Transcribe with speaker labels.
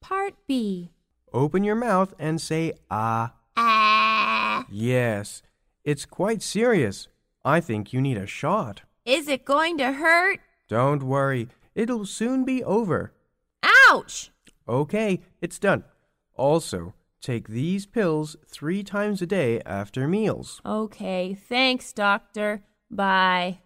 Speaker 1: Part B.
Speaker 2: Open your mouth and say ah.
Speaker 1: Ah.
Speaker 2: Yes, it's quite serious. I think you need a shot.
Speaker 1: Is it going to hurt?
Speaker 2: Don't worry, it'll soon be over.
Speaker 1: Ouch!
Speaker 2: Okay, it's done. Also, take these pills three times a day after meals.
Speaker 1: Okay, thanks, doctor. Bye.